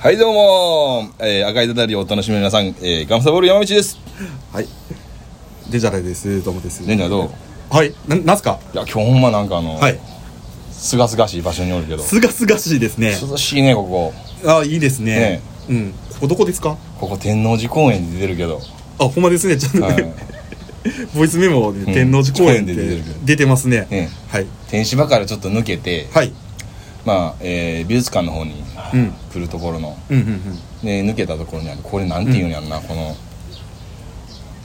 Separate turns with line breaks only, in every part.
はいどうもー、えー、赤いダダリをお楽しみの皆さん、えー、ガムサボール山道です
はい。デジャレです。どうもです。
レンジャーどう
はい。な、なんすか。
いや今日ほんまなんかあの
はい。
すがすがしい場所におるけど
すがすがしいですね。
涼しいねここ
あ、いいですね。うん。ここどこですか。
ここ天王寺公園で出てるけど、
あ、ほんまですね。ちゃんと、
はい、
ボイスメモで天王寺公園で
公園で出てるけど
出てますね。
ね
はい。
天芝からちょっと抜けて、
はい。
まあ、えー、美術館の方に
うん。
来るところの、
うんうんうん。
ね、抜けたところにあるこれなんていうんやんな、この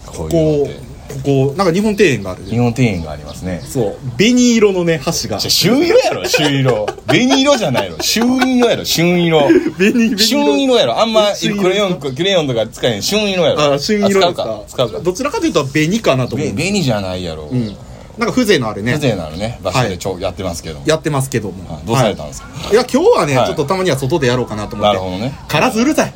こういうのっ
こ
て
う、ここ、なんか日本庭園がある。
日本庭園がありますね
そう。紅色のね、橋が
じゃ。朱色やろ朱色 紅色じゃないやろ朱色やろ朱色
紅、紅
旬色やろあんま
旬色
クレヨンクレヨンとか使えへん旬色やろ
あ、旬色です
あ
か。
使うか使うか
どちらかというと、紅かなと思う
べ。紅じゃないやろ、
うん。なんか風情のあるね。
風情のあるね場所
は
で
い
ちょ、やってますけども
やってますけども、
はいどうされたんですか
はい、いや今日はね、
はい
ちょっとたまには外でやろうかなと思って
なるほどね
カラスうるさい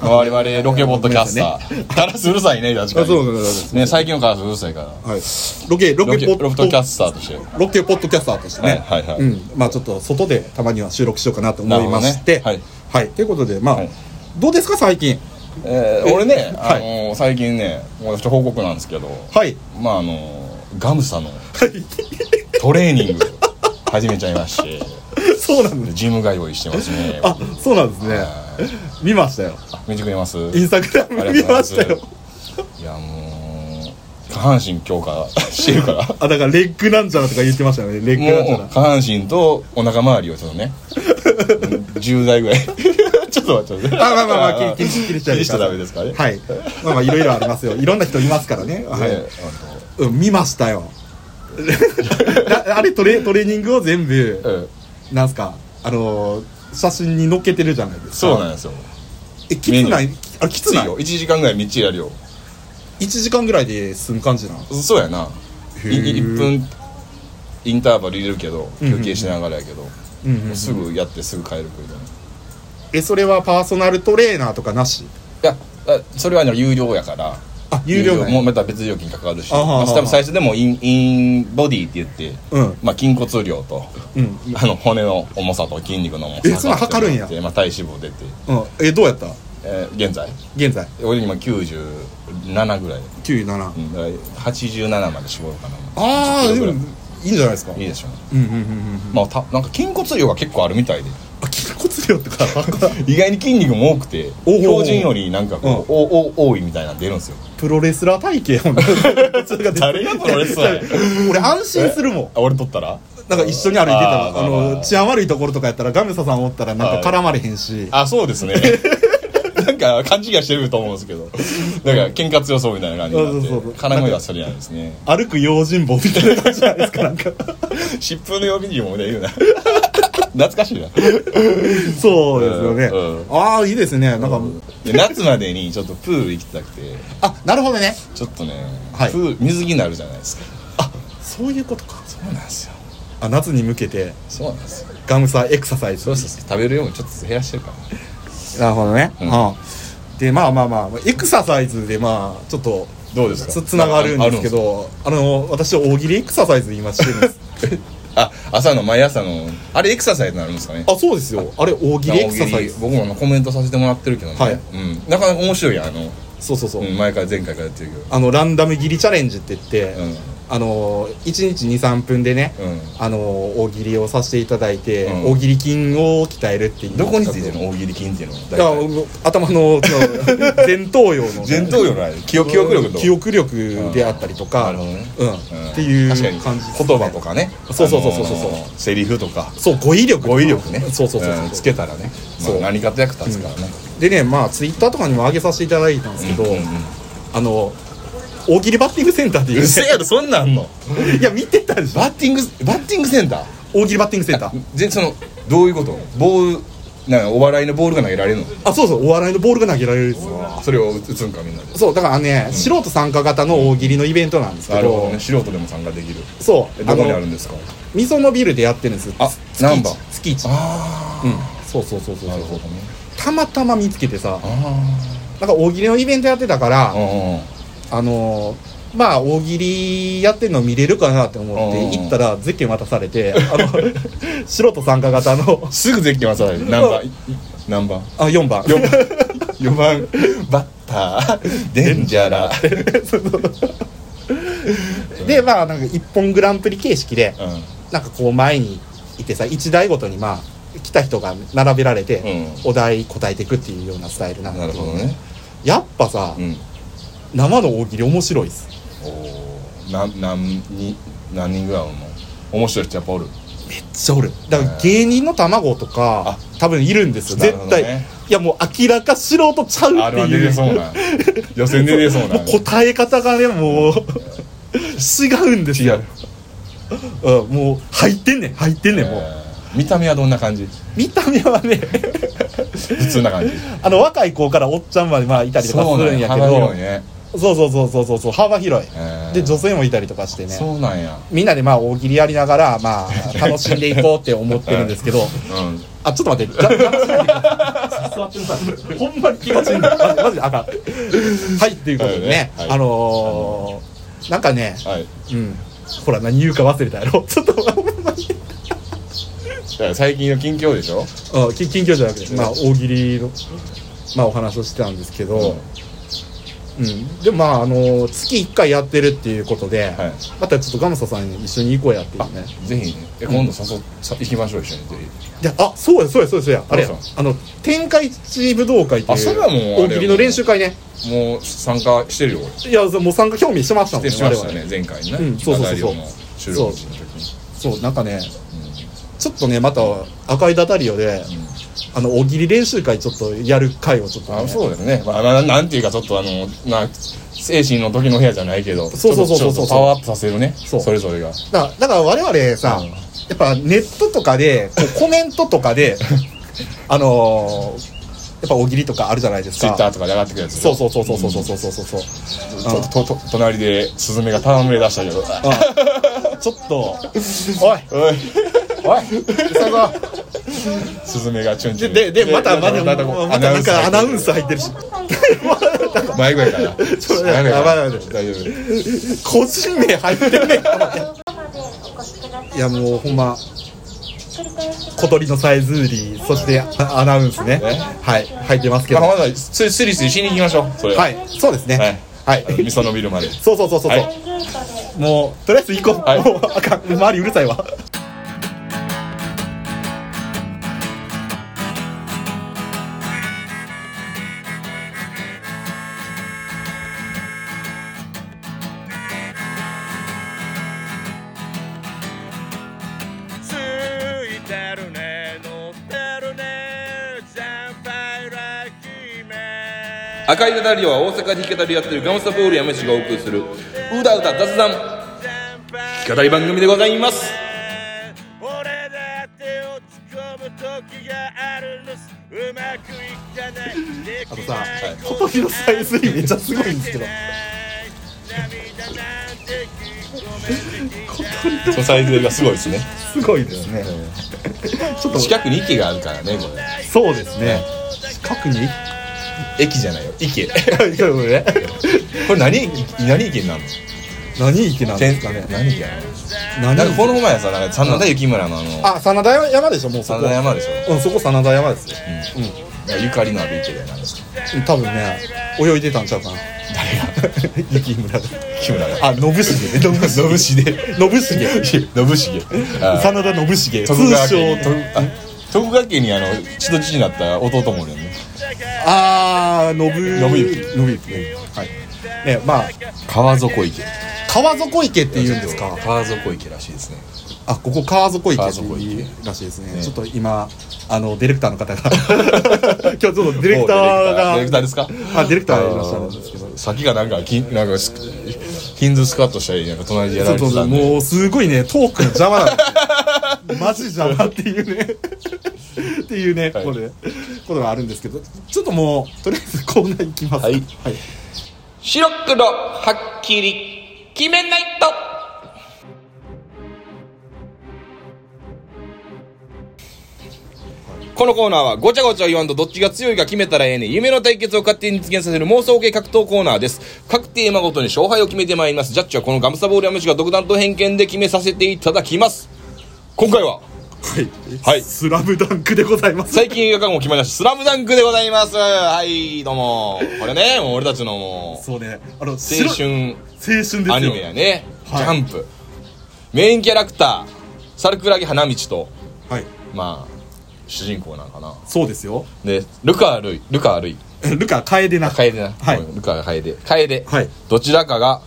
我々ロケボットキャスター、カラスうるさいね確かに
あそうそうそうそ
ね最近のカラスうるさいから
はいロケロ
ロ
ケ
ケ
ポ
ロ
ッド
フトキャスターとして
ロケポッドキャスターとしてね、
はいはいはい
うん、まあちょっと外でたまには収録しようかなと思いまして、
なるほどね
はい、ということでまあ、
はい
どうですか最近
えー俺ね、あ
は
の
い
ー最近ねもうちょっと報告なんですけど
はい
まああのーガムサの
はい
トレーニング始めちゃいまして
そうなんです
ジム通いしてますね
あそうなんですね見ましたよ
見てくれます
インスタグラ
あ
ム
りがと
見
うご
ま
ざ
し
いま
た
す
よ
いやもう下半身強化してる から
あだからレッグなんちゃらとか言ってましたよねレッグなんちゃ
もう
ら
下半身とお腹周りをちょっとねうん10代ぐ らいちょっと待ってください
あまあまあまあ、気にし気にしちゃい
気にしちゃダメですかね
はい。まあまあ、いろいろありますよ。いろんな人いますからね。は
ね
い。うん、見ましたよ。なあれトレ、トレーニングを
あ
全
の
部、
うん
なんすか、あのー、写真に載っけてるじゃないですか。
そうなんですよ
え、きつない
メニ、
あ、き
き
つ
つい
ない
よ1時間ぐらいみっちりやるよ
?1 時間ぐらいで済む感じなの
そうやな
へえ
1分インターバル入れるけど
うんうん
休憩しながらやけど、
うんうんうん
すぐやってすぐ帰るけどい
え、それはパーソナルトレーナーとかなし
やあそれはね有料やから
あ、有料
も
ね。
また別料金かかるし
あははは
まあ多分最初でもインインボディって言って、
うん
まあ、筋骨量と
うん。
あの骨の重さと筋肉の重さ
えそんなん測るんや
でまあ、体脂肪出て、
うん。え、どうやった
えー現在
現在、
俺今97ぐらい、う。
97
ん、だから87まで絞ろうかな
あ
10
ー、
キロ
で
ぐ
も
らい、
いいんじゃないですか。
いいでしょうね、
うんうんうんうん。
まあ、たなんか筋骨量が結構あるみたいで
あ、筋骨量とか、
意外に筋肉も多くて
おお
標準よりなんかこう、おお多いみたいなん出るんですよ
プロレスラー体型を
誰がプロレスラー
俺安心するもん
あ俺取ったら
なんか一緒に歩いてたら
あ
あ
ーまあまあ
の治安悪いところとかやったらガムサさんおったらなんか絡まれへんし
あそうです ねなんか勘違いしてると思うんですけどなんか喧嘩強そうみたいな感じになって
そうそうそう
絡みはそれなんですね
歩く用心棒みたいな感じじゃないですかなんか
疾風の予備にもね言うな 懐かしいな
そうですよね、
うんうん
ああいいですねなんか、
で夏までにちょっとプール行きたくて
あなるほどね
ちょっとね、
はい
プール水着になるじゃないですか
そういうことか
そうなんですよ
あ夏に向けて
そうなんですよ
ガムサエクササイズ
そうそうそう食べる量もちょっと減らしてるから
なるほどね、
う
うんんでまあまあまあエクササイズでまあちょっと
どうですか
つつながるんですけどあの私大喜利エクササイズ今してるんです
あ朝の毎朝のあれエクササイズになるんですかね
あそうですよあれ大喜利エクササイズ
大喜利僕もあのコメントさせてもらってるけどね、
はい
うん、なかなか面白いやんあの、
そうそうそう、
うん、前から前回からやってるけど
あのランダム切りチャレンジって言って、
うん
あの1日23分でね、
うん
あの大喜利をさせていただいて、
うん
大喜利筋を鍛えるっていう
どこについてるの大喜利筋っていうの
いや頭のその 前頭葉のね、
前頭葉のあれ記憶記憶力と
記憶力であったりとか、
うんなる
うん
うん
っていう
確かに
感じですね
言葉とかね
そうそうそうそうそう
あのーセリフとか
そう語彙力
語彙力ね
そうそうそうそう、
んつけたらね、ま
そ
あ、
う
何かと役立つからね、
でねまあツイッターとかにも上げさせていただいたんですけど、
うんうんうん
あの大喜利バッティングセンターっていうう、
っせやろそんなんあんの
ね、いや見てたでしょ
バッティングバッティングセンター
大喜利バッティングセンター
でそのどういうことボールなんかお笑いのボールが投げられるの
あそうそうお笑いのボールが投げられるんですよ
それを打つんかみんなで
そうだからね、素人参加型の大喜利のイベントなんです
な
け
る
ど
ほどね素人でも参加できる
そう
えどこにあるん
の
ですか
溝のビルでやってるんです
あ
月
ナンバー
一月一
あ
うんそうそうそうそう
なるほどね
たまたま見つけてさ
あ
なんか大喜利のイベントやってたから
あうんうん
あのーまあ大喜利やってるの見れるかなって思
う
っ
ん
て行ったらゼッケン渡されてあの 素人参加型の
すぐできてますナンバーいい何番
あ4番
4番 四番バッターデンジャラ
でまあなんか一本グランプリ形式で
うん
なんかこう前にいてさ1台ごとにまあ来た人が並べられて、お題答えていくっていうようなスタイルなんだ
なる
けど
ほどね
やっぱさ、
うん
生の大喜利面白いっす
おーな何に何人ぐらいおるの面白い人やっぱおる
めっちゃおるだから芸人の卵とか
あ
多分いるんですよ
なるほ
絶
どね
対、いやもう明らか素人ちゃう
あ
っ
れ
て
は出
い
て
う
そうな予選で出てそうな
もう答え方がねもう 違うんですよ
違う
うん、もう入ってんねん入ってんねんもう、
えー見た目はどんな感じ
見た目はね
普通な感じ
あの若い子からおっちゃんまでまあいたりとか
そう
す
な
るん
んや
やけ
幅
ど
広いね
そうそうそうそうそうそう幅広い
えー
で女性もいたりとかしてね
そうなんや
みんなでまあ大喜利やりながらまあ楽しんでいこうって思ってるんですけ ど
うん
あちょっと待ってじゃ邪魔しないでください座ってくださいほんまに気持ちいいんだマジマジであかんはいっていうことでね、
はい
あのー、なんかね
はい
うんほら何言うか忘れたやろ ちょっとほんまに
だから最近の近況でしょ
あき近況じゃなくて、まあ、大喜利の、まあ、お話をしてたんですけど、うんでもまああの月1回やってるっていうことで、
は
またちょっとガムサさんに一緒に行こうやっていうね
いぜひねえ今度誘っさ行きましょう一緒にぜひ
であそうやそうやそうやそうやあれや
どうし
あの天海地武道会って
あそ
いう
れはもうあれ
大喜利の練習会ね
もう参加してるよ
いやそうもう参加表明してましたもん
俺してしました
我々
ね前回ね
うんそうそうそ
中田
うそう
有の収録時の時に
そうなんかねちょっとねまた赤いダタリオで、あの大喜利練習会ちょっとやる会をちょっと、ね、
あそうですね、まあ、ななんていうかちょっとあのな精神の時の部屋じゃないけど
そうそうそうそうそ
ちょっとちょ
う
っとパワーアップさせるね
そ
そうれぞれが
だからだから我々さ、
うん
やっぱネットとかでこうコメントと かであのーやっぱ大喜利とかあるじゃないです
ツイ
か
ッターとかで上がってくるやつ
そうそうそうそうそうそうそうそうそう
ととと隣でスズメが戯れ出したけどあ
ちょっとおい
おい
おいそうそう
スズメがチュンチュン
ででまたまたまた
こう
またなんかアナウンス入ってるし
前ぐらいから
ちょっと
前ぐらいか
やばいやば
ら
い
大丈夫
個人名入ってね
い
いやもうほんま小
小
鳥
鳥
のサイズ売りそしてあアナウンスね
ね
はい入ってますけど
まあ
は
まだスリスリしに行きましょうそれ
いそうですねは
はい
い
あの味噌のビルまで
そうそうそうそうそうもうとりあえず行こう、
はい
もうあかん周りうるさいわ
ついてるね乗ってるねジャンパイラッキーメン
赤いダリオは大阪で弾き語りをやってるガムスタボールやめしがお送りするうだうだ雑談弾
ジャンパイ
き語り番組でございます
ラッキーメン俺だって落ち込む時があるんですうまくいかないで
あと
き
さ
ない
小鳥のサイズ売りめっちゃすごいんですけど
涙なんて聞こえてきない
そのサイズがすごいですね
すごいですねちょっと
近くに池があるからねこ
そうですね近くに
れ駅じゃないよ池 こ
そういうこと
れ
ね
何い何池になるの
何池なんですかね
何池や
何
なんかこの前さなんか真田幸村のあの
あ真田山でしょもうそこ
真田山でし
うんそこ真田山ですよ
ょ、うん、ゆかりのある池でなんか
うん多分ね泳いでたんちゃうかな誰が雪村が
木村が
あ 信繁
信繁信繁
信繁
あ
真田信繁
徳川
通
家に
称
徳あ徳川家にあの人質になった弟もおるよね
ああ信信
信
信行はいねまあ
川底池
川底池っていうんですか
川底池らしいですね
あここ川底池
川
って
底
い
池
うらしいですね
ね
ちょっと今あのディレクターの 方が今日ちょっとディレクター
お
が
ディレクターですか
あディレクターがいらっしゃるんですけど
先がなんかきなんかスヒンズースカットしたりなんか隣でやら
そ
れ
うそう
て
そ
た
うん
で
もうすごいねトークの邪魔なんですよマジ邪魔っていうねっていうね、
はい
これことがあるんですけどちょっともうとりあえずコーナー行きますか
はい
はい、
白黒はっきり決めないとこのコーナーはごちゃごちゃ言わんとどっちが強いか決めたらええねん夢の対決を勝手に実現させる妄想系格闘コーナーです各テーマごとに勝敗を決めてまいりますジャッジはこのガムサボールやむしが独断と偏見で決めさせていただきます今回は
はい、
はい
スラムダンクでございます
最近映画化も決まりました「スラムダンクでございますはいどうもこれねもう俺たちのもう
そうねあの青
青春
青春ですよ
アニメやね、
はい
ジャンプメインキャラクター桜木花道と
はい
まあ主人公なのかな
そうですよ
でルカールイルカールイ
ルカ楓な
楓な、
はい
ごめんルカが楓楓、
はい
どちらかが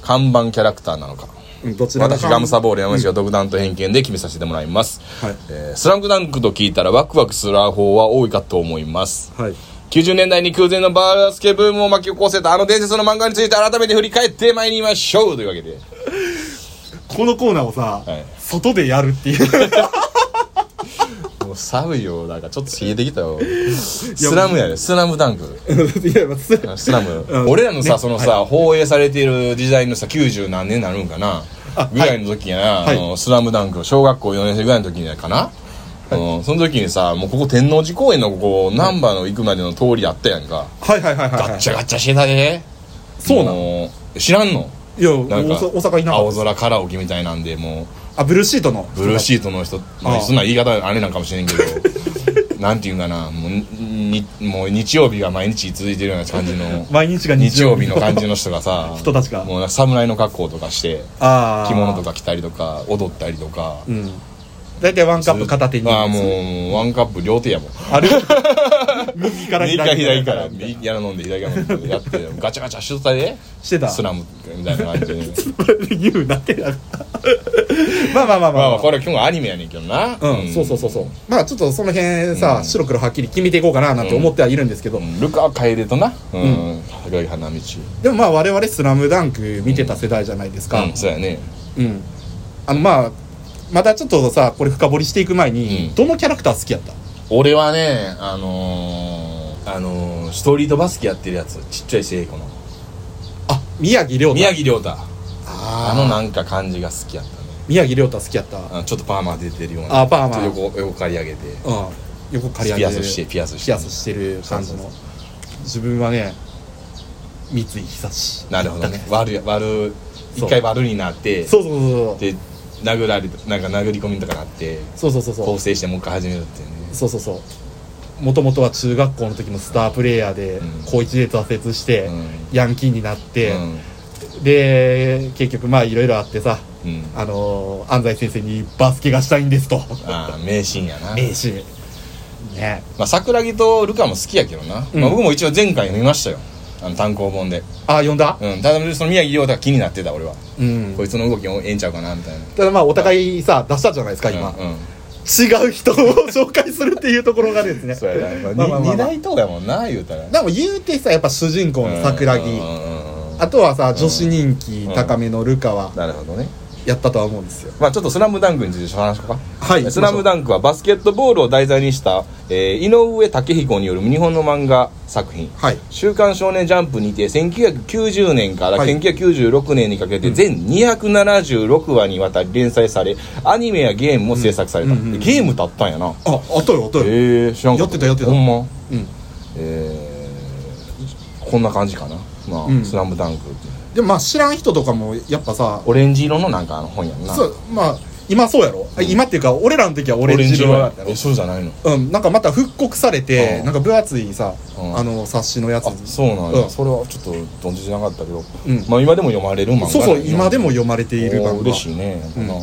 看板キャラクターなのか
うんどちらか
私ガムサボール山口が独断と偏見で決めさせてもらいます、
はい
えースラムダンクと聞いたらワクワクする方は多いかと思います
はい
90年代に空前のバスケブームを巻き起こせたあの伝説の漫画について改めて振り返ってまいりましょうというわけで
このコーナーをさ、
はい
外でやるっ ていう
もう寒いよなんかちょっと冷えてきたよスラムやねスラムダンク
いやまあそれ
スラム
うん
俺らのさ、
ね
そのさ、放映されている時代のさ90何年になるんかな
あ
ぐらいの時やな、
はい
あのスラムダンク小学校4年生ぐらいの時にかな、うんその時にさもうここ天王寺公園のここ難波の行くまでの通りあったやんか、
はいはいはいはい、はい、
ガッチャガッチャしてたで
そうなの
の知らんの
いや
なんか
お大阪いなか
青
った
空カラオケみたいなんでも
あブルーシートの
うブルーシートの人まあ
あ
そんな言い方あれなんかもしれんけど なんていうんかなもうにもう日曜日が毎日続いてるような感じの
毎日が
日
日
曜
曜
日
日
の感じの人がさ
人たちが
もうなんか侍の格好とかして
あー
着物とか着たりとか踊ったりとか
うん大体ワンカップ片手に
ああもうもうワンカップ両手やもん
あれ 右から
右から左から
みたい
右やら飲んで左から飲んでやってガチャガチャしとった で
なしてた
スラムみたいな 感じで
言うなってなまあまあまあまあ、
まあまあこれは今日アニメやねんけどな
うん、そうそうそうそうまあちょっとその辺さ、白黒はっきり決めていこうかななんて思ってはいるんですけど、
うんルカ楓となうん桜木花道
でもまあ我々「スラムダンク見てた世代じゃないですか
うんそうやね
うん、あのまあまたちょっとさこれ深掘りしていく前に、
うん
どのキャラクター好きやった
俺はねあのーあのーストリートバスケやってるやつちっちゃい聖子の
あ宮城亮太
宮城亮太あ
あ
の
の
なんか感じが好きやったね
宮城亮太好きやった
あのちょっとパーマ出てるような
あパーマ
ちょっと横横刈り上げて
うん横刈り上げ
ピアスしてピアスして
ピアスしてる感じの自分はね三井久志
なるほどね悪い悪い
そう
一回悪になって
そうそうそう
で殴られなんか殴り込みとかなって
そうそうそうそう
構成してもう一回始めるっていうね
そうそうそうもともとは中学校の時のスタープレイヤーで
うん
高1で挫折して、
うん
ヤンキーになって、
うん
で結局まあいろいろあってさ、
うん
あのー安西先生に「バスケがしたいんです」と
ああ名シーンやな
名刺ね
まあ桜木とルカも好きやけどな、
うん
まあ、僕も一応前回見ましたよあの単行本で、
ああ呼んだ
うん、ただその宮城亮太が気になってた俺は、
うん
こいつの動きもええんちゃうかなみたいな
ただまあお互いさ出したじゃないですか今、
うんうん
違う人を紹介するっていうところがですね
そうやな、ま
ま
あ
あまあまあまあ
二大党やもんな言うたら
でも言うてさやっぱ主人公の桜木
うんうんうんうん
あとはさ女子人気
うん
高めのルカは
なるほどね
やったとは思うんですよ
まあちょっと「スラムダンクについて話しましょうか
は
「
い
スラムダンクはバスケットボールを題材にした、えー井上武彦による日本の漫画作品
はい
「週刊少年ジャンプ」にて1990年から
はい
1996年にかけて全276話にわたり連載されアニメやゲームも制作された、
うんうんうん
ゲームだったんやな
ああったよあった
え
よ、
ー、知らんか
やってたやってた
ほんま
うん
えー、こんな感じかなまあ、
うん
スラムダンクって
でもまあ知らん人とかもやっぱさ
オレンジ色のなんかあの本やんな
そうまあ今そうやろ、あ今っていうか俺らの時はオ
オ
レ
レン
ンジ
ジ
色
色
や
や
った
え
ろ
そうじゃないの
うんなんかまた復刻されて、
うん
なんか分厚いさ、
うん
あの冊子のやつ
あそうなんや、
うん
それはちょっと存じてなかったけど、
うん
まあ今でも読まれる漫画
そうそう今でも読まれて
れ
いる漫画
嬉しいね、
うん
な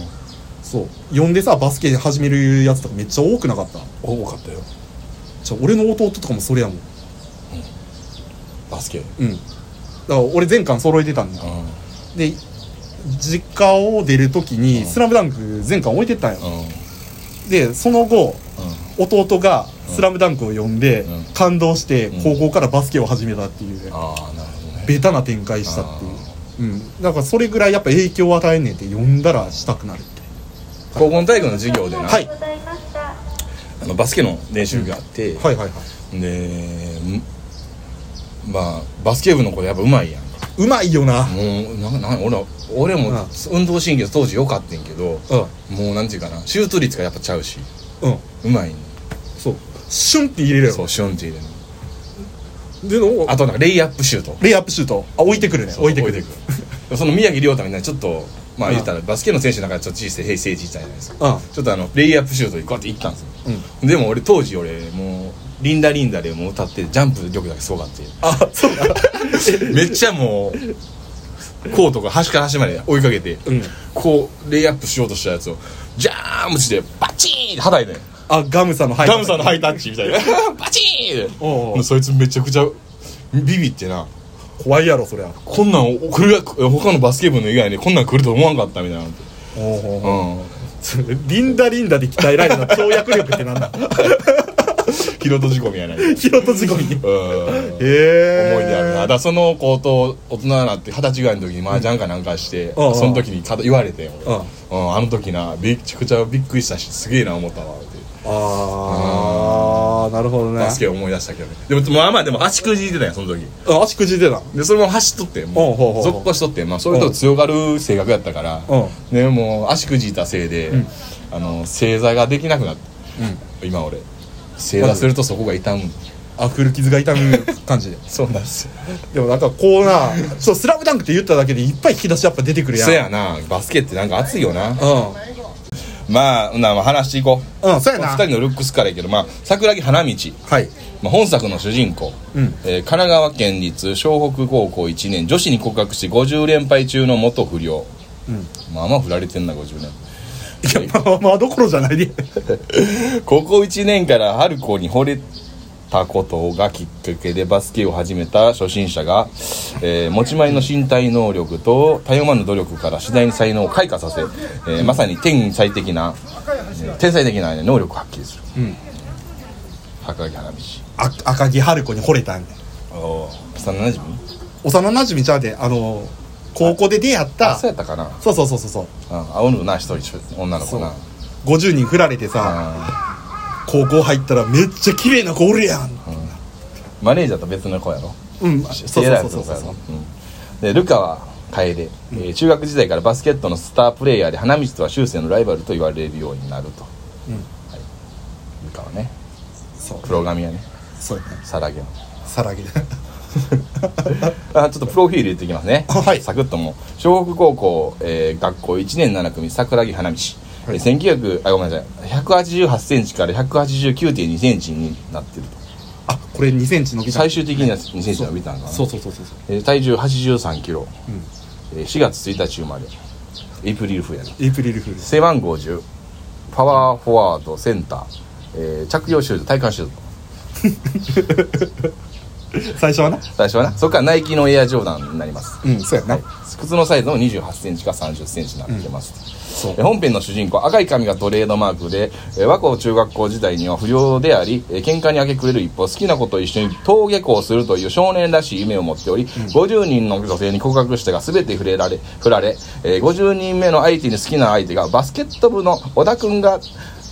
そう読んでさバスケ始めるやつとかめっちゃ多くなかった
多かったよ
じゃ俺の弟とかもそれやもん
バスケ、うん、
うんだから俺全巻揃えてたんだ
うん
で実家を出る時に「スラムダンク全巻置いてったんや、でその後弟が「スラムダンクを読んで、
うん
感動して
うん
高校からバスケを始めたっていう、
ああなるほどね
ベタな展開したっていううんだからそれぐらいやっぱ影響を与えんねんって読んだらしたくなるって
高校の体育の授業でな、
はい
あのバスケの練習があって、
はいはいはい
でんまあバスケ部の子やっぱうまいやん
うまいよな
もうなんなん俺は俺も
うん
運動神経当時良かったんけど、
うん
もうなんていうかなシュート率がやっぱちゃうし
うん
うまいね
そうシュンって入れるや
そ
ろ
うシュンって入れる
での
あとなんかレイアップシュート
レイアップシュートあ置いてくるね置いてくる
その宮城亮太みたいなちょっとまあ
うん
言ったらバスケの選手なんかちょっと小さい平成時代じゃないですか
うん
ちょっとあのレイアップシュートにこうやって行ったんですよ、でも俺当時俺もうリンダリンダでもう歌ってジャンプ力だけすごかって
あそうか
めっちゃもうコートが端から端まで追いかけて、
うん
こうレイアップしようとしたやつをジャーンしてバチーンって叩いて
あガムさんのハイ
ガムさんのハイタッチみたい なバチーンって
おうおう
もうそいつめちゃくちゃビビってな
怖いやろそりゃ
こんなん来るや他のバスケ部の以外にこんなん来ると思わんかったみたいな
おうおう
う
おう
ん
リンダリンダで鍛えられた跳躍力ってなん だ
ヒロト仕込みやない
ヒロト仕込みへ
うん
え
思い出あるなだからその子と大人になって二十歳ぐらいの時に麻雀かなんかして、
うんうん
その時にた言われて俺
うん
うんあの時なめちゃくちゃびっくりしたしすげえな思ったわって
ああなるほどね
バスケを思い出したけどねでもまあまあでも足くじいてたんやその時
あ足くじいてた
でそれも走っとっても
おうほうほうほう
続行しとってまあそれと強がる性格やったから
う
でもう足くじいたせいで、あの正座ができなくなって、今俺正座するとそこが痛む
あくる傷が痛む感じで
そうなんですよ
でもなんかこうな「そうスラムダンクって言っただけでいっぱい引き出しやっぱ出てくるやん
そやなバスケってなんか熱いよな
う
まあほんならまあ話していこう、
んうんそうや
まあ
な
二人のルックスからやけど、まあ、桜木花道、
はい
まあ、本作の主人公、
うん
えー神奈川県立湘北高校1年女子に告白し50連敗中の元不良、まあまあ振られてんな50年
いやまあまあどころじゃないで
高校1年から春子に惚れたことがきっかけでバスケを始めた初心者が、えー持ち前の身体能力とたゆまぬ努力から次第に才能を開花させ、えーまさに天才的な、えー天才的な、ね、能力を発揮する、高木花道
あ赤木春子に惚れたんで
おお幼なじみ
幼なじみちゃうであの高校で出会っ
あそ
た
う
そう
やったかな
そうそうそうそう
あおるな一人女の子な
50人振られてさ
あ
高校入ったらめっちゃ綺麗な子おるやん
ーマネージャーと別の子やろ
うんそうそう
偉い
そう
やつ
そ
の子
うそ
やろ
う
うんでルカは楓、えー中学時代からバスケットのスタープレーヤーで花道とは終生のライバルと言われるようになると、
うん
はい、ルカはね
そう
黒髪やね
そうやね
さらげの
さらげで
あちょっとプロフィール言っていきますね、
あはい
サクッともう湘北高校、えー学校1年7組桜木花道、えー1900あごめんなさい188センチから189.2センチになってると
あこれ2センチ伸びた
最終的には2センチ伸びたんかな
そうそうそうそうそう
えー体重83キロ、えー4月1日生まれエイプリルフールやな
エイプリルフール
背番号10パワーフォワードセンター、えー着用シューズ体幹シューズ
最初はな
最初はなそこからナイキのエアジョーダンになります
うんそうやな
靴のサイズも2 8センチか3 0センチになってます、
そ
え
う
ー本編の主人公赤い髪がトレードマークで、えー和光中学校時代には不良であり、えー喧嘩に明け暮れる一方好きな子と一緒に登下校するという少年らしい夢を持っており、50人の女性に告白したが全て触れられ振られ、えー50人目の相手に好きな相手がバスケット部の小田君が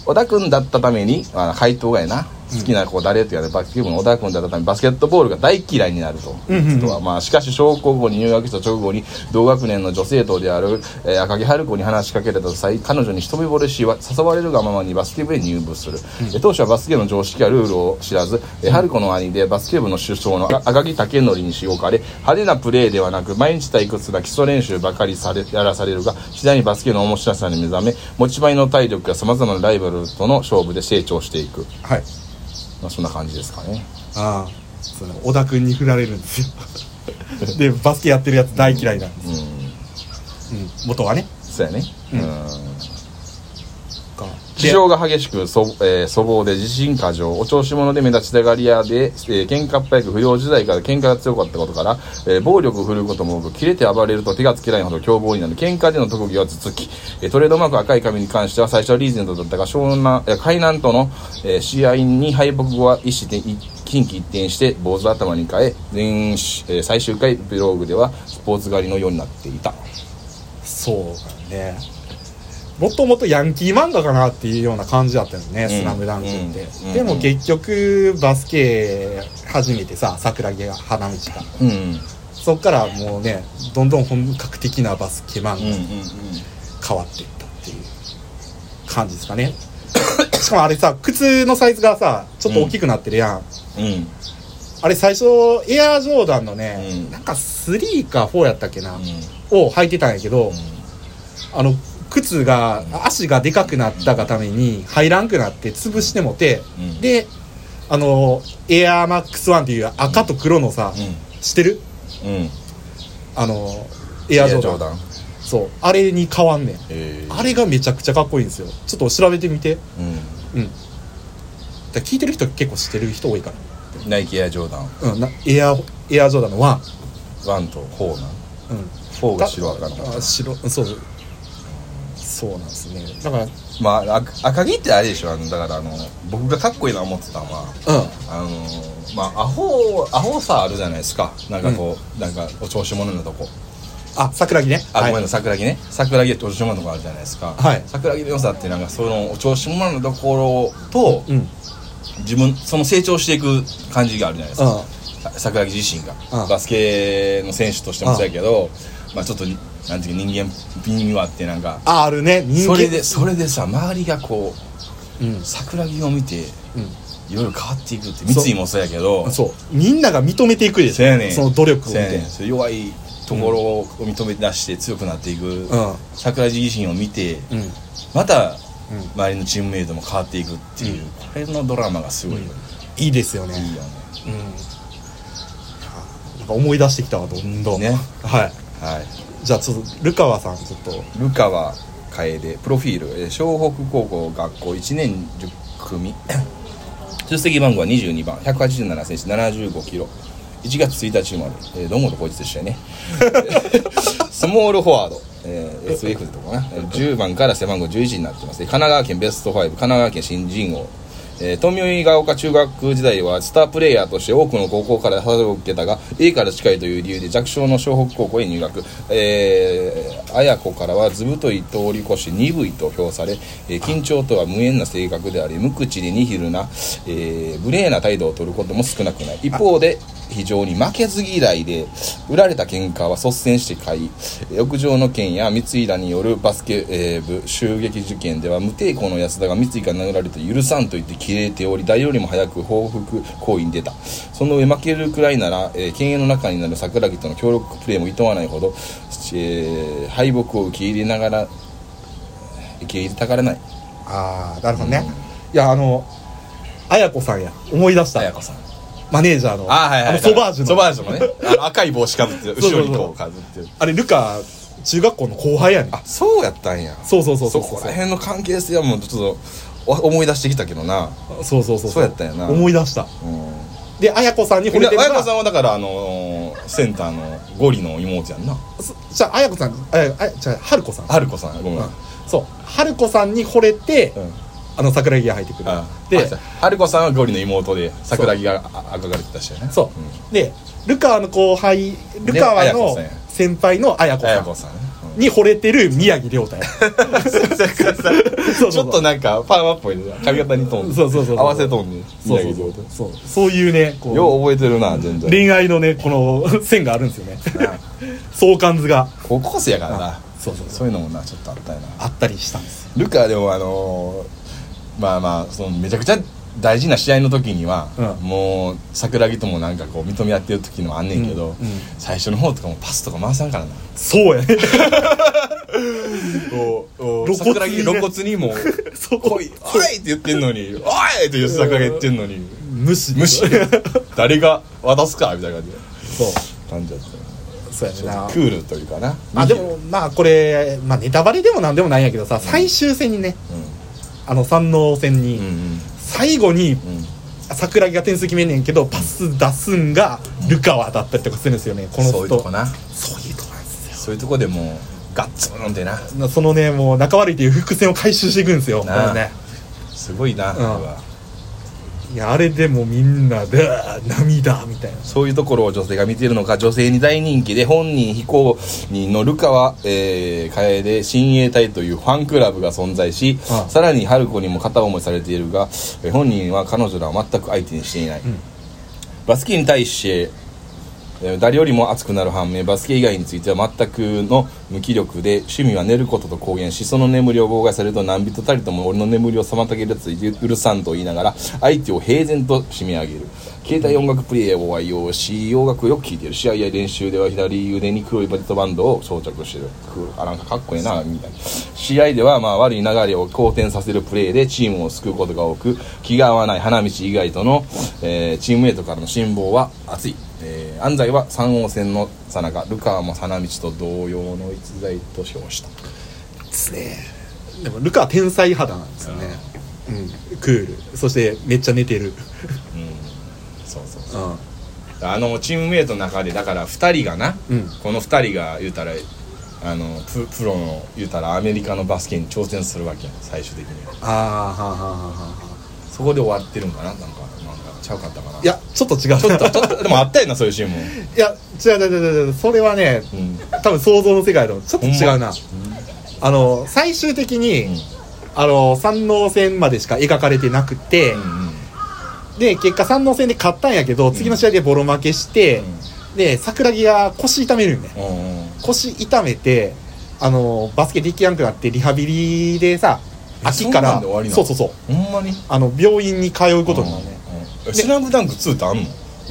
小田君だったためにあ回答がやな好きな子誰って言われてバスケ部の小田君だったためにバスケットボールが大嫌いになると,、とはまあしかし小学校に入学した直後に同学年の女性党である、えー赤木春子に話しかけられた際彼女に一目惚れしわ誘われるがままにバスケ部へ入部する、え当初はバスケの常識やルールを知らず、え春子の兄でバスケ部の主将の赤赤木武則にしごかれ派手なプレーではなく毎日退屈な基礎練習ばかりされやらされるが次第にバスケの面白さに目覚め持ち前の体力やさまざまなライバルとの勝負で成長していく、
はい
まあ、そんな感じですかね
ああそうだ小田君に振られるんですよでバスケやってるやつ大嫌いなんです、うん元はね
そうやねうん
か
事情が激しくそ、えー粗暴で自信過剰お調子者で目立ちたがり屋で、えー喧嘩っ早く不良時代から喧嘩が強かったことから、えー暴力を振るうことも多く切れて暴れると手がつけないほど凶暴になる喧嘩での特技は頭突き、えートレードマーク赤い髪に関しては最初はリーゼントだったが湘南えー海南との、えー試合に敗北後は一心一近畿一転して坊主頭に変え全、えー最終回ブログではスポーツ狩りのようになっていた
そうだねもともとヤンキー漫画かなっていうような感じだったよね「スラムダンクって、
うんうん
でも結局バスケ初めてさ桜木が花道が
うん
そっからもうねどんどん本格的なバスケ漫画
うんうんうん
に変わっていったっていう感じですかね しかもあれさ靴のサイズがさちょっと大きくなってるやん
うん
あれ最初エアージョーダンのね、
うん
なんか3か4やったっけな、
うん
を履いてたんやけど、あの靴が足がでかくなったがために入らんくなって潰してもて、
うん
であのエアーマックスワンっていう赤と黒のさ、
う
知ってる
んうん
あのエアジョーダン
ン
そうあれに変わんねん
え
あれがめちゃくちゃかっこいいんですよちょっと調べてみて
う
うんだから聞いてる人結構知ってる人多いか
んナイキエアジョーダン
ら、うん、なエアエアジョーダンのワン
ワンとフォーな
うん
フォーが白赤の
あ白そうそうなんですねだから
まあ赤赤木ってあれでしょあのだからあの僕がかっこいいな思ってたのは
うん
あのーまあアホアホさあるじゃないですかなんかこう、なんかお調子者のとこ
あ桜木ね
あ、
はい
ごめんなさい桜木ね桜木ってお調子者のとこあるじゃないですか、
はい
桜木の良さってなんかそのお調子者のところと、
うん
自分その成長していく感じがあるじゃないですか、さ桜木自身が、
うん
バスケの選手としてもそうやけど、まあちょっとなんていうか人間味はあってなんか
ああるね人
そ
間
れでそれでさ周りがこう
うん
桜木を見て
う
いろいろ変わっていくって三井もそうやけど
んそうみんなが認めていくでし
そうやね
ょ
ん
その努力を見
そうやね
て
んそう弱いところを認め出して強くなっていく、
うん
桜木自身を見て、
うん
また
うん
周りのチームメイトも変わっていくっていう、これのドラマがすごいよね、
いいですよね
いいよね
うんなんか思い出してきたわどんどん
ね
はい
はい
じゃあちょっとルカワさんちょっと
ルカワ楓プロフィールえー湘北高校学校1年10組 出席番号は22番1 8 7センチ7 5キロ1月1日生まれ、えー、どんごとこいつでしたよねスモールフォワード、えー、SF とかなえー10番から背番号11になってますで神奈川県ベスト5神奈川県新人王えー富井が丘中学時代はスタープレイヤーとして多くの高校から誘いを受けたが A から近いという理由で弱小の湘北高校へ入学、えー、綾子からはずぶとい通り越し鈍いと評され、えー緊張とは無縁な性格であり無口でニヒルな、えー無礼な態度を取ることも少なくない一方で非常に負けず嫌いで売られた喧嘩は率先して買いえー屋上の件や三井らによるバスケ、えー部襲撃事件では無抵抗の安田が三井から殴られて許さんと言って切れており誰よりも早く報復行為に出たその上負けるくらいなら、えー、犬猿の中になる桜木との協力プレーも厭わないほど、えー敗北を受け入れながら受け入れたがらない
ああなるほどねいやあの綾子さんや思い出した
子さん
マネージャーの
あーはいはい、
のソバージュの
ソバージュもねあの赤い帽子かぶってる
そ
後
うそうそう
ろにこうかぶってる
あれルカ中学校の後輩やねん
あそうやったんや
そうそうそうそう
そ
そう
こら辺の関係性はもうちょっとお思い出してきたけどな
そうそうそう
そうやったんやな
思い出した
うん
で綾子さんに惚れ
親
てるのが
子さんはだからあのーセンターのゴリの妹やんな
そじゃあ綾子さんあやあじゃあ春子さん
春子さんごめん、
うんそう春子さんに惚れて、
うん
あの桜木が入ってくる
あ
で
あ春子さんはゴリの妹で桜木があ赤が出てた人やね
そう、でルカワの後輩ル
ね
カワ
綾子
の
さんや
先輩の綾子
綾
さ
子
ん
さんね、
に惚れてる宮城亮太や
ちょっとなんかパーマっぽいね髪型に飛んで
そうそうそうそう
合わせ飛んで
そうそうそうそうそういうねこう
よう覚えてるな全然
恋愛のねこの 線があるんですよね相関図が
高校生やからな
そうそうそう
そういうのもなちょっとあったよな
あったりしたんです
ルカはでもあのーまあまあそのめちゃくちゃ大事な試合の時には、
うん
もう桜木ともなんかこう認め合ってる時もあんねんけど、
うんうん
最初の方とかもパスとか回さんからな
そうや ね
こうこう
露骨
桜木
にね
露骨にもう
そ
「
う
来いおい!」って言ってんのに「おい!」って吉坂が言ってんのに
無視
無視 誰が渡すかみたいな感じで
そう
感じだっ
そうやねん
た
な
クールというかな
まあでもまあこれ、まあ、ネタバレでもなんでもないんやけどさ、最終戦にねあの山王戦に、
うんうん
最後
うんう
に
ん
桜木が点数決めんねんけどパス出すんがルカワだったりとかするんですよねこの人
そういうとこな
そういうとこなんです
そういうとこでもうガッツンってな
よそのねもう仲悪いっていう伏線を回収していくんですよこ
なあ
のね
すごいな、
ん
これはい
やあれでもうみんなであー涙みたいな
そういうところを女性が見ているのか女性に大人気で本人非公認のルカは、えー、楓親衛隊というファンクラブが存在し
ああ
さらに春子にも片思いされているがえー本人は彼女らを全く相手にしていない、バスケに対してえー誰よりも熱くなる反面バスケ以外については全くの無気力で趣味は寝ることと公言しその眠りを妨害されると何人たりとも俺の眠りを妨げるやつうるさんと言いながら相手を平然と締め上げる携帯音楽プレイヤーを愛用し洋楽をよく聴いてる試合や練習では左腕に黒いバケットバンドを装着してるクールあなんかかっこええなみたいな試合ではまあ悪い流れを好転させるプレーでチームを救うことが多く気が合わない花道以外との、えーチームメイトからの辛抱は熱い、えー安西は三王戦のさなかルカワも花道と同様の逸材と称した
ですねでもルカは天才肌なんですよねうんクールそしてめっちゃ寝てる
そうそう
う
そうんあのチームメイトの中でだから2人がな、
うん
この2人が言うたらあのププロの言うたらアメリカのバスケに挑戦するわけやん最終的には
あーはあはあはあは
そこで終わってるんかななんかなんかちゃうかったかない
あいやちょっと違う
ちょっとちょっ とでもあったよなそういうシーンも、
いや違う違う違う違うそれはね
うん、
多分想像の世界のちょっと違
ほ
うな、
んま
あの最終的に、
うん
あの三能戦までしか描かれてなくて、
うんうん
で結果三能戦で勝ったんやけど次の試合でボロ負けして、で桜木が腰痛めるんね
うんうん
腰痛めてあのバスケできやんくなってリハビリでさ
え
秋か
そんなん
ら
で終わりな
そ
の
うそうそう
ほんまに
あの病院に通うことになるね、
うんえスラムダンク2ってあんの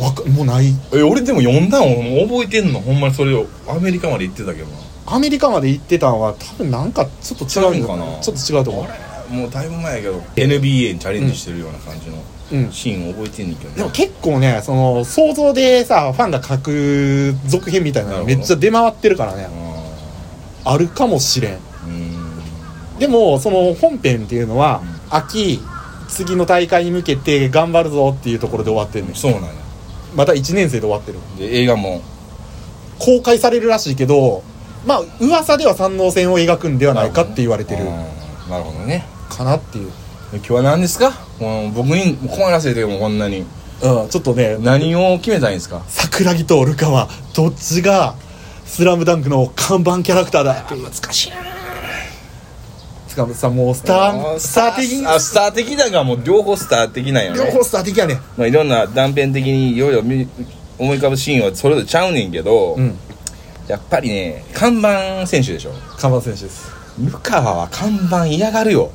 わかもうない
え俺でも読んだん俺覚えてんのほんまにそれをアメリカまで行ってたけどな
アメリカまで行ってたんは多分なんかちょっと
違
違うん
う
か
んか
な
な
ちょっと違うと思う
もうだいぶ前やけど NBA にチャレンジしてるような感じの
うん
シーン覚えてんねんけどな
でも結構ねその想像でさファンが書く続編みたいなのめっちゃ出回ってるからねあるかもしれん
うん
でもその本編っていうのは秋次の大会に向けて頑張るぞっていうところで終わってるんです
そうなんや
また1年生で終わってる
で映画も
公開されるらしいけどまあ噂では三能戦を描くんではないかって言われてる
うんなるほどね
かなっていう、
で今日は何ですかもう僕に困らせてもこんなに
うん、ちょっとね
何を決めたいんですか
桜木とルカはどっちが「スラムダンクの看板キャラクターだっていう
難しいな
つかさもうスタースター的に
あスター的だがもう両方スター的なんやね
両方スター的やね
まあ、いろんな断片的にいろいろ見思い浮かぶシーンはそれぞれちゃうねんけど、
うん
やっぱりね看板選手でしょ
看板選手です
ルカワは看板嫌がるよ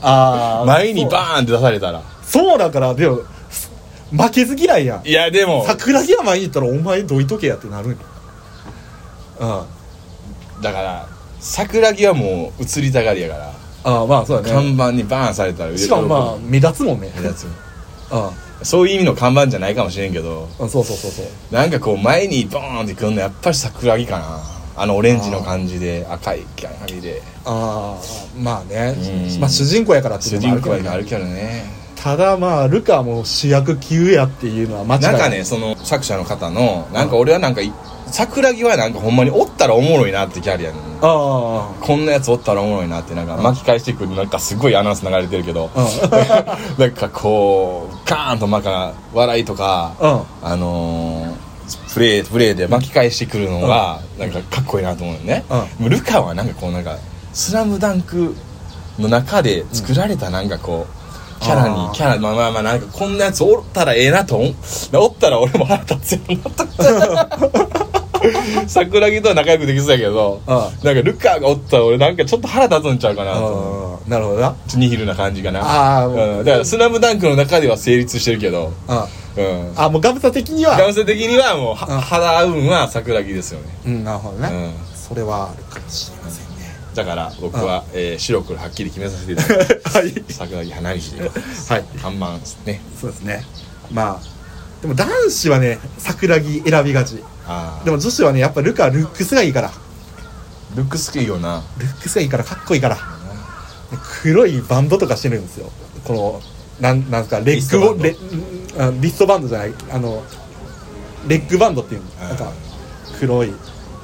あー
前にバーンって出されたら
そうそうだからでもす負けず嫌いやん
いやでも
桜木は前に行ったらお前どいとけやってなるんようんあ
だから桜木はもう映りたがりやから、
あまあそうだ
看
ね
板にバーンされたら
しかもまあ目立つもんね
あ やつ
あ
そういう意味の看板じゃないかもしれんけど
あそうそうそうそう
なんかこう前にボーンってくんのやっぱり桜木かなあのオレンジの感じで赤い髪で
ああまあね
うん
まあ主人公やからってい
主人
うのもあるけ
公
ど
やがある
ね
けどね
ただまあルカはもう主役級やっていうのは間違い
なんかねその作者の方のなんか俺はなんかい桜木はなんかほんまにおったらおもろいなってキャリアに
あ
こんなやつおったらおもろいなってなんか巻き返してくるなんかすごいアナウンス流れてるけど なんかこうカーンとなんか笑いと
あう
か
ん
あのープレープレーで巻き返してくるのがなんかかっこいいなと思うよねでもルカはなんかこうなんか「スラムダンクの中で作られたなんかこうキャラ
あ
に
ー
キャラまあまあまあなんかこんなやつおったらええなと思うおったら俺も腹立つよ なと桜木とは仲良くできそうやけど
あ
なんかルカがおったら俺なんかちょっと腹立つんちゃうかなと思う
ああなるほどな
ちょっとニヒルな感じかな
あー
うん、だから「スラムダンクの中では成立してるけど
あ
うん
あもうガブサ的に
男
は
性的にはもうは
うん
肌合うんは桜木ですよね、
うんなるほど
う
ね
ん、
それはあるかもしれ ませんね
だから僕は、えー白黒はっきり決めさせていた だきます
はい
桜木花道で
はい
看板ですね
そうですねまあでも男子はね桜木選びがち
ああ
でも女子はねやっぱルカはルックスがいいから
ルックス系いいよな
ルックスがいいからかっこいいから黒いバンドとかしてるんですよこのなんなんすかレッグを
リ
レあリストバンドじゃないあのレッグバンドっていうのなんか黒い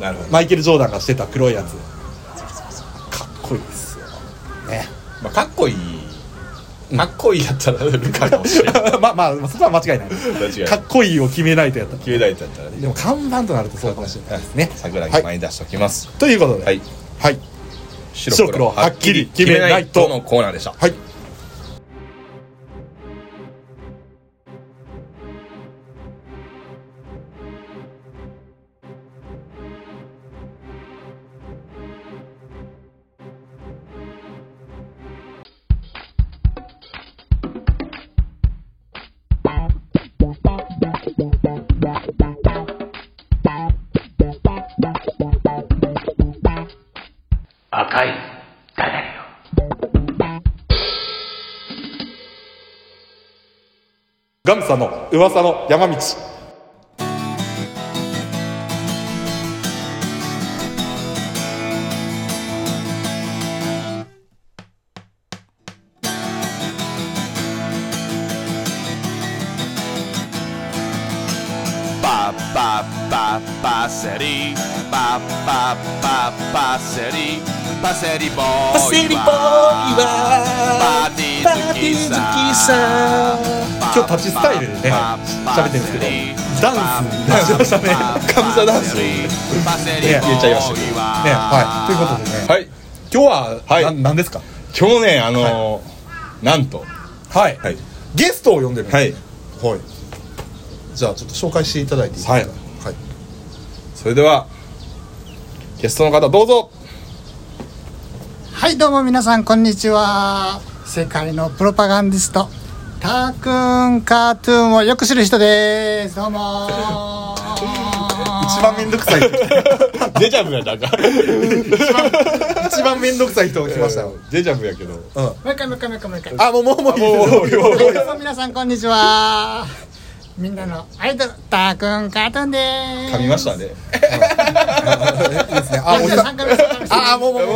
なるほど、ま
マイケル・ジョーダンがしてた黒いやつかっこいいですよ ね
あ、かっこいいかっこいいやったらルカかもしれない
まあまあそこは間違いない
違いない
かっこいいを決めないとやった
9代だったらね
でも看板となるとそうかもしれないですね
桜
は
木
い
前に出しておきます
ということで
は、
はいはい
白
白
黒
黒
は
は
っ
っ
き
き
り
り
決
決
め
め
な
ないい
と
と
のコーナーでした
はい
「
ガムサの噂の山道
パパパパセリパパパパセリパセリボーイはパセリボーイはパーティー好きさ
今日立ちスタイルでね喋ってるんですけどダンスに出しましたね
神田ダンス
パ
ね
セリボ
言っちゃいまし
ーイは
ねはいということでね
はい
今日は、
はい
な何ですか
今日ねあのーなんと
はい、
はい
ゲストを呼んでるんです
はい
はいじゃあちょっと紹介していただいていいですか
はいそれではゲストの方どう ぞ
はいどうも皆さんこんにちは世界のプロパガンディストタークンカートゥーンをよく知る人ですどうも
一番めんどくさい
デジャブやなんか
一番めんどくさい人が来ましたよ、
デジャブやけど
もう一回もう一回もう一回もう一回
あもうもうもうもう
はいどうも皆さんこんにちはみんなのアイドルタークンカートゥーンです
噛みましたね
ですね
あ
あもう
皆さん噛みました
あもうもうも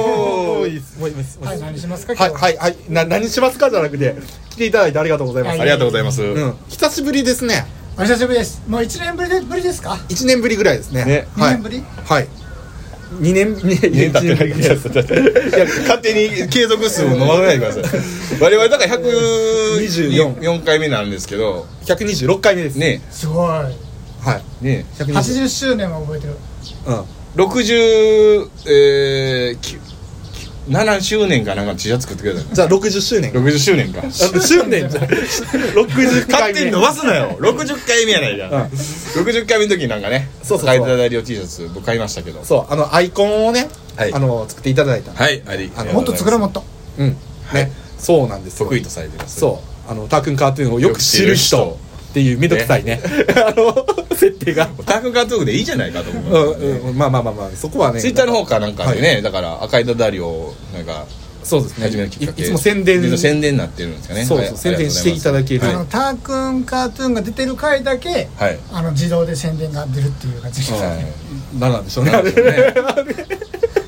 うもういいですもういいですもうい
はいい
です
何しますか今
はい
日
はいはいな何しますかじゃなくて来ていただいてありがとうございます、
ありがとうございます
うん久しぶりですね
お久しぶりですもう一年ぶりでぶりですか
一年ぶりぐらいですね
ね
二
はい
年ぶり
はい二年二
家建
年
てない
ぶりです
勝手に継続数を飲まないでください 我々だから
24
124回目なんですけど
百二十六回目です
ね
すごい
はい
ね
百二十
80周年は覚えてる
うん
60えーき7周年かなんか T シャツ作ってくれたの
じゃあ六十周年
60周 年か
あ周年じゃ六十回
勝
目
手に伸ばすなよ60回目やないか、
うん
60回目の時になんかね
そうそうそう
書いていただいた量 T シャツ僕買いましたけど
そうあのアイコンをね、
はい
あの作っていただいた
はいあり
あの
ありが
も
う
っ
ご
と
ざいます
作ろうもっと
うんね、そうなんですよ
得意とされてます
そうあのタークンカートゥーンをよく知る
よく
人
知る
っていうめんどくさいね あの設定が
タグカートークでいいじゃないかと思う、
うんうんまあまあまあまあそこはね
ツイッターの方かなんかでね、
は
だから赤いダダリをなんか
そうですね
初めのきっかけ
いいつも宣伝
宣伝になってるんですかね
そう
は
そ
いう
宣伝していただける
あり
あの
がとう
タークンカートゥーンが出てる回だけ、
ございます
あの自動で宣伝が出るっていう感じです、
はい、はい
だ
なんなんでしょうね
なんでしょうね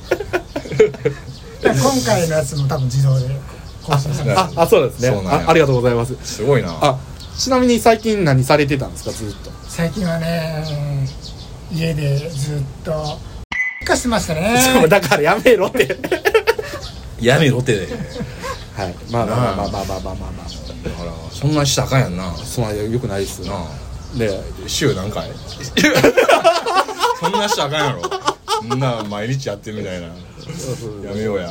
から今回のやつも多分自動で更新される
ああそうですね
そうなんや
あありがとうございます
すごいな
あちなみに最近何されてたんですかずっと
最近はね家でずっとかしてましたね
そうだからやめろって
やめろってだ
はいまあまあまあまあまあまあまあまあ
からそんなしたらあかんやんな な
そんなよくないですよ
あ
で
週何回そんなしたらあかんやろそんな毎日やってるみたいなやめようや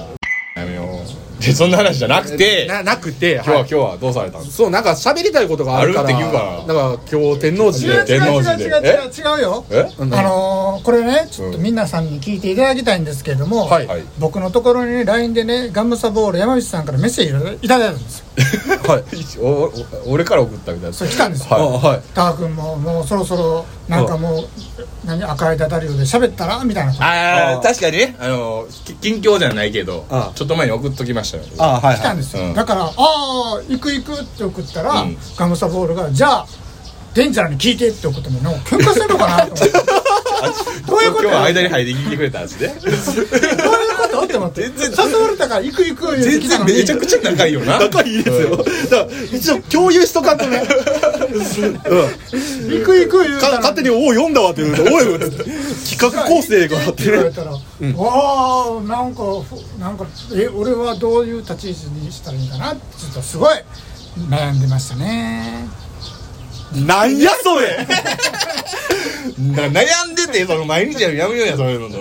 やめようでそんな話じゃなくて
ななくて
今日は今
はい
日はどうされたんです
そうなんか喋りたいことがあるから
あるって聞くから
だから今日天王寺
違う
で
違
天
う違う
王寺で
違う違う違うよ
え
あのーこれねちょっと皆さんに聞いていただきたいんですけれども、
はい
はい
僕のところにね LINE でねガムサボール山口さんからメッセージいただいたんですよ
はいお お俺から送ったみたいな
それ来たんですよ
あ
はい
はい
タワ君ももうそろそろなんかもう何赤いダダリオで喋ったらみたいなこと
あ
あー
あ確かにねあのき近況じゃないけど
あー
ちょっと前に送っときましたよ
あはい
来た
は
ん
い
ですよ、
うん
だから「ああ行く行く」って送ったら、
うん
ガムサボールが「じゃあデンジャーに聞いて」って送ってもなんか喧嘩してるのかなと思ってどういう
今
こ
日
と
は間に入ってきてくれたんですね
どういうことって思って誘われたから「行く行く」言って
全
きた
然
のに
めちゃくちゃ仲いいよな
仲いいですよだから一応共有しとかんとねうん
行く行く」言う
か
たら
勝手に「おお読んだわ」って言うと「おいおい」企画構成があって
言われ
ね
たら「わあなんかふなんかえ俺はどういう立ち位置にしたらいいんかな」ってちょっとすごい悩んでましたね
なんやそれ
だから悩んでてその毎日やるのやめようやそういうの
な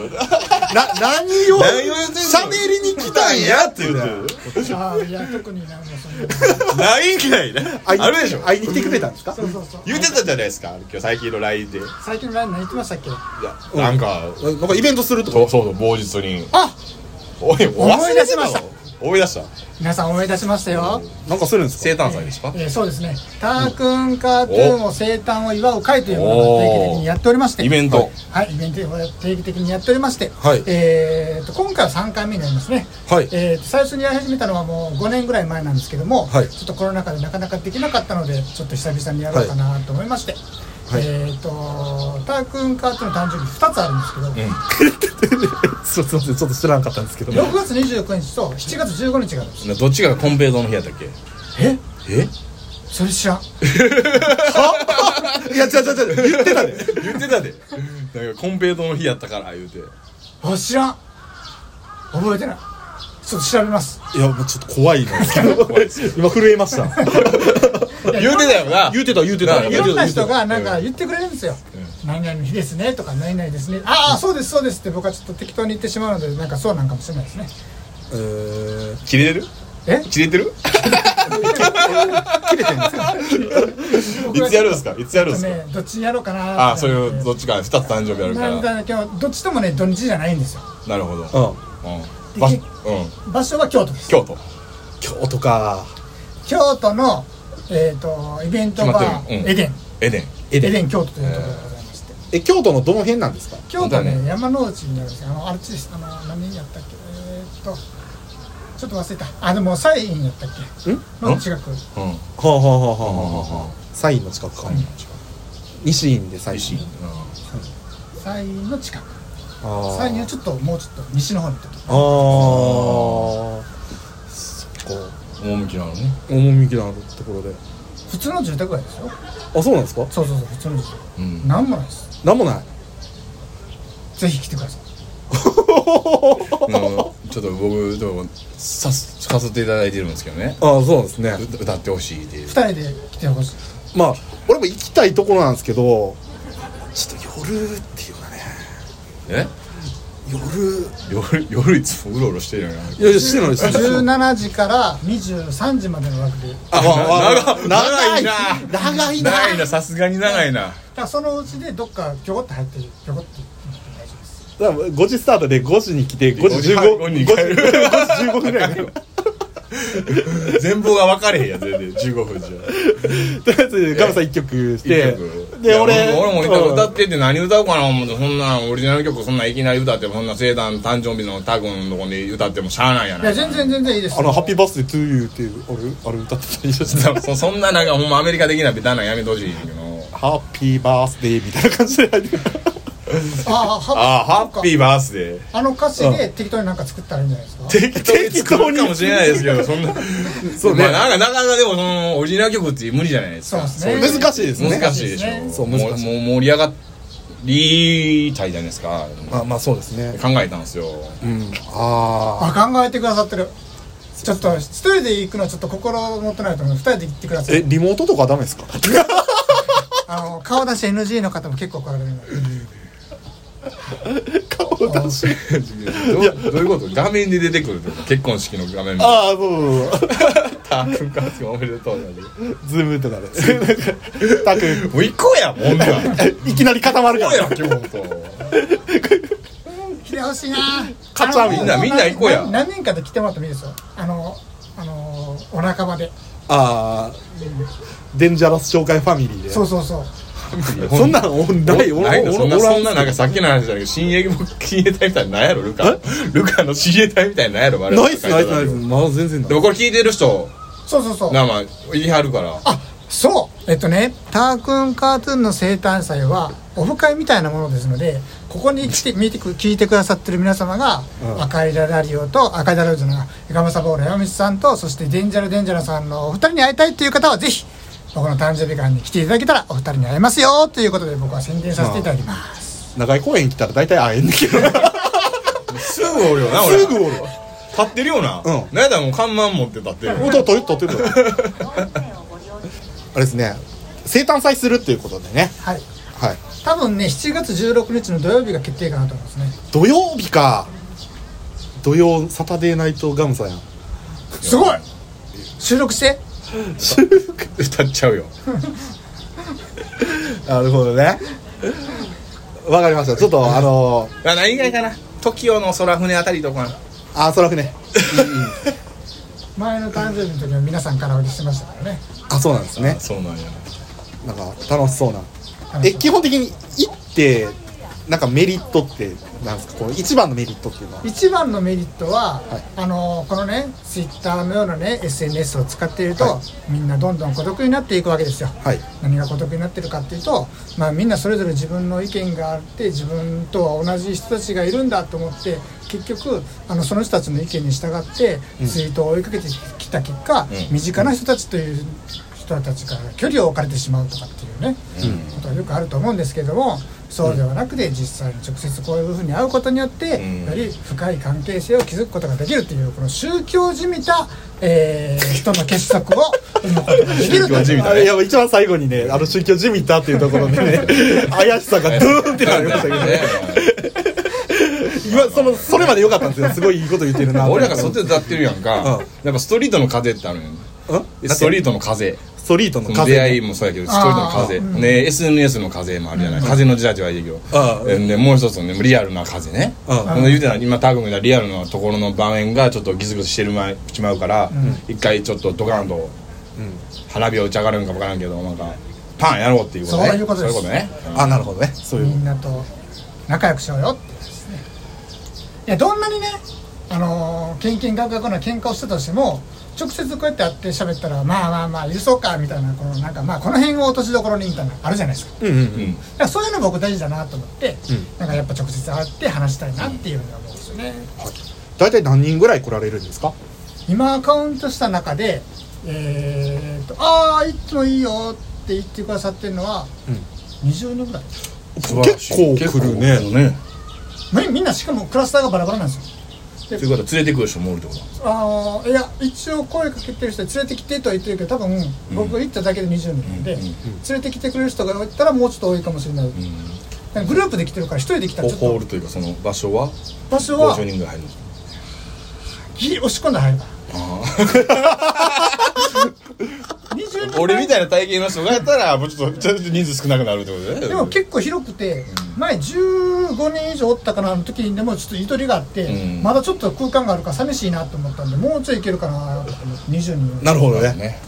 何を
何を言ってんの
喋りに来たんやっていうね
ああいや特になんかそ の
ないんかいなあ
会いに
るでしょ
会いに来てくれたんですか
そうそうそう
言うてたじゃないですか今日最近の LINE でい
最近の LINE 何言ってましたっけ
やなんか
なんかイベントするとか
そうそうそう某日に
あ
おい
思い出しまし
忘れ
た
て思い出した
皆さん思い出しましたよ、
なんかするんですか
生誕祭ですか
えーそうですねタークンカートゥーンを生誕を祝う会というものを定期的にやっておりまして
イベント
はいイベントを定期的にやっておりまして、
はい
えーと今回は3回目になりますね、
はい
えーと最初にやり始めたのはもう5年ぐらい前なんですけども、
はい
ちょっとコロナ禍でなかなかできなかったのでちょっと久々にやろうかなと思いまして、
はい
えーとタークンカートゥーンの誕生日2つあるんですけど、
そうすいませんちょっと知らなかったんですけど
6月29日と7月15日があるんです
どっちがコンペイドの部屋だっけ
え
え
それ知らん
いや違う違う違う言ってたで
言ってたでなんかコンペイドの日やったから言うて
あ知らん覚えてないちょっと調べます
いやもうちょっと怖いな 今震えました
言うてたよな
言ってた言ってた
なあ
い
言っ
ろ
てた言っ
んな
てた
人がなんか言ってくれるんですよ「何々の日ですね」とか「何々ですね」ああそうですそうですって僕はちょっと適当に言ってしまうのでなんかそうなんかもしれないですね
えー
切れてる
え
切れてる
僕
い
は
つやるんですか いつやるんですか
ねどっちにやろうかな
ああそう
い
いうどっちか2つ誕生日あるか
なん
ら
だ今日どっちともね土日じゃないんですよ
なるほど
うん
う
で
んばう
け
ん
場所は京都です
京都
京都か
京都のえっとイベント
決ま
バ
ってるうん
ーエデン
エデン
エ
エ
デン
デン京都というところでございまして
え京都のどの辺なんですか
京都
本当は
ね山之内にあるんですよあのあっちですあの何やったっけえー、っとちょっと忘れたあでもサインやったっけ
ん
の近く
うんうん
はあはあはあはあはあサインの近くか西院でサイン
西
サインの近く
あ
サイン
ー
はちょっともうちょっと西の方に行ったと
あーそっか
趣のあるね
趣のあるところで
普通の住宅街ですよ
あそうなんですか
そうそうそう普通の住宅
うん
なんもないです
なんもない
ぜひ来てください
あのちょっと僕でもさすさせていただいてるんですけどね
ああそうなんですね
う歌ってほしいっていう
二人で来てほしい
まあ俺も行きたいところなんですけどちょっと夜っていうかね
え
夜
夜夜いつもうろうろしてるよない
やいやしてないです
17時から23時までの枠でだか
あ
長
長長
い
い
な
長いな
長いなさすがに長いな
らそのうちでどっかキョコって入ってるキョコって行って大丈夫です
だから5時スタートで5時に来て5時15
5時に
5時
帰る
15ぐ らいに
全貌が分かれへんや全然15分じゃ
とりあえずガムさん1曲して
一曲い
で
や
俺
俺も
うん
歌ってって何歌おうかな思ってそんなオリジナル曲そんないきなり歌ってもそんな生誕誕生日のタグのとこに歌ってもしゃあないや
い
な
や全然全然いいです
あの「ハッピーバースデートゥーユー」っていうあれあれ歌ってたりしてた
そそんななんかほんまアメリカ的なベタなやめてほしいんやけど
ハッピーバースデーみたいな感じで入ってくる
あー
ああハッピ
ー
ーバースデー
あの歌詞で適当になんか作ったらいいんじゃないですか
適当に作るかもしれないですけどそんな
そうね
まあなんかなかなかでもそのオリジナル曲って無理じゃないです
そう
か
ですね
難しいですね
難しいでしょ
そう
も
難しい
もう盛り上がりたいじゃないですか
まあまあそうですね
考えたんですよ
うんあ
あ考えてくださってるちょっと一人で行くのはちょっと心もとないと思うので二人で行ってくだ
あ
さ
え
い
リモートとかダメですか
あの顔出し NG の方も結構来られるので
顔出し
どうどういうこと画面で出てくるってこと結婚式の画面で
ああそうそうそう
「たくんかつおめでとう」なんで
ズームとか でたく
もう行こうやもんな行こ
んいきなり固まるか
うや
ら
京都
来てほしいな
勝ちはみんな
あの
みんな行こうや
な何人かで来てもらってもいいですよあのあのお仲間で
ああデンジャラス紹介ファミリーで
そ
そう
そうそう ん
なんおんないお
ないのそんなそんななん
い
かさっきの話だけど親衛も親衛隊みたいなのなんやろルカルカの親衛隊みたいなのなんやろ我々
ナイスナイスナイスまあ全然
で
ない
もこれ聞いてる人
そうそうそう
なまあ言いはるから
あそうえっとねタークンカートゥーンの生誕祭はオフ会みたいなものですのでここに来て見てく聞いてくださってる皆様が、
うん
赤いララリオと赤いララリオじゃないガムサボール山道さんとそしてデンジャラデンジャラさんのお二人に会いたいっていう方はぜひ僕の誕生日会に来ていただけたらお二人に会えますよということで僕は宣伝させていただきます、
長井公園来たら大体会えんねんけど
すぐおるよな俺
すぐおるわ
立ってるよな、
うん
なんやったらもう看板持って立ってるよ
音取って る取ってるあれですね生誕祭するっていうことでね
はい
はい
多分ね7月16日の土曜日が決定かなと思いますね
土曜日か土曜サタデーナイトガムさんやん
すごい収録して
歌っちゃ うよ
なるほどねわかりましたちょっとあの
あ何以外かな TOKIO の空船あたりとか
あそらくね
前の誕生日の時は皆さんからおりしてましたからね
あそうなんですね
そうなんや
なんか楽しそうな
楽し
え
そう
基本的に行ってなんかメリットってなんですかこう一番のメリットっていうのは
一番のメリットは、
はい
あのこのねツイッターのようなね SNS を使っていると、
は
みんなどんどん孤独になっていくわけですよ、
はい
何が孤独になってるかっていうと、まあ、みんなそれぞれ自分の意見があって自分とは同じ人たちがいるんだと思って結局あのその人たちの意見に従ってツイートを追いかけてきた結果、身近な人たちという人たちから距離を置かれてしまうとかっていうね、ことはよくあると思うんですけどもそうではなくて実際に直接こういうふうに会うことによって、
うん
より深い関係性を築くことができるというこの宗教じみた、えー人の結束を生むことができる
宗
と
教じ
い
み
う
た
あいや一番最後にねあの宗教じみたっていうところでね怪しさがドーンってなりましたけど
ね
ね今そのそれまで良かったんですよすごいいいこと言ってるな
俺なんかそっち
で
で歌ってるやんか、
うん
やっぱストリートの風ってあるんやんストリートの風
ストリートの
その出会い
風
もそうやけどストリートの風、ね SNS の風もあるじゃない、風の時代とは言えけ
あ
ど、
あ
えねもう一つのねリアルな風ね、
うん
その言うてた今タグみたいなリアルなところの場面がちょっとギスギスしてるましまうから、一回ちょっとドカンと、花火を打ち上がるんか分からんけどなんかパンやろうっていうことね
そういうことです
そういうね
あなるほどねそうい
み
うん
なと仲良くしようよってことですねいやどんなにねあのーケンケンガクガクな喧嘩をしてたとしても直接こうやって会って喋ったらまあまあまあ許そうかみたいなこのなんかまあこの辺を落としどころにみたいなのあるじゃないですか
うんうん
うん
だからそういうの僕大事だなと思って、なんかやっぱ直接会って話したいなっていうのが思うんですよね、
大体何人ぐらい来られるんですか
今カウントした中でえー、とああいつもいいよって言ってくださってるのは、20人ぐらい
素晴らしい
結構来るね
結構来るね
みみんなしかもクラスターがバラバラなんですよ
ということは連れてくる人もおるってこと
あのいや一応声かけてる人に連れてきてとは言ってるけど多分僕行っただけで20人なんで、連れてきてくれる人がいたらもうちょっと多いかもしれない、グループで来てるから一人で来たらちょっ
ホー
と
ルというかその場所は
場所は
50人ぐらい入るんですか
ギリ押し込んで入るから20人
俺みたいな体験の人がやったらもうちょっとちょっと人数少なくなるってことね
でも結構広くて前15人以上おったかなの時にでもちょっとゆとりがあって、
うん
まだちょっと空間があるから寂しいなと思ったんでもうちょいいけるかなと思って20人
なるほどね
ね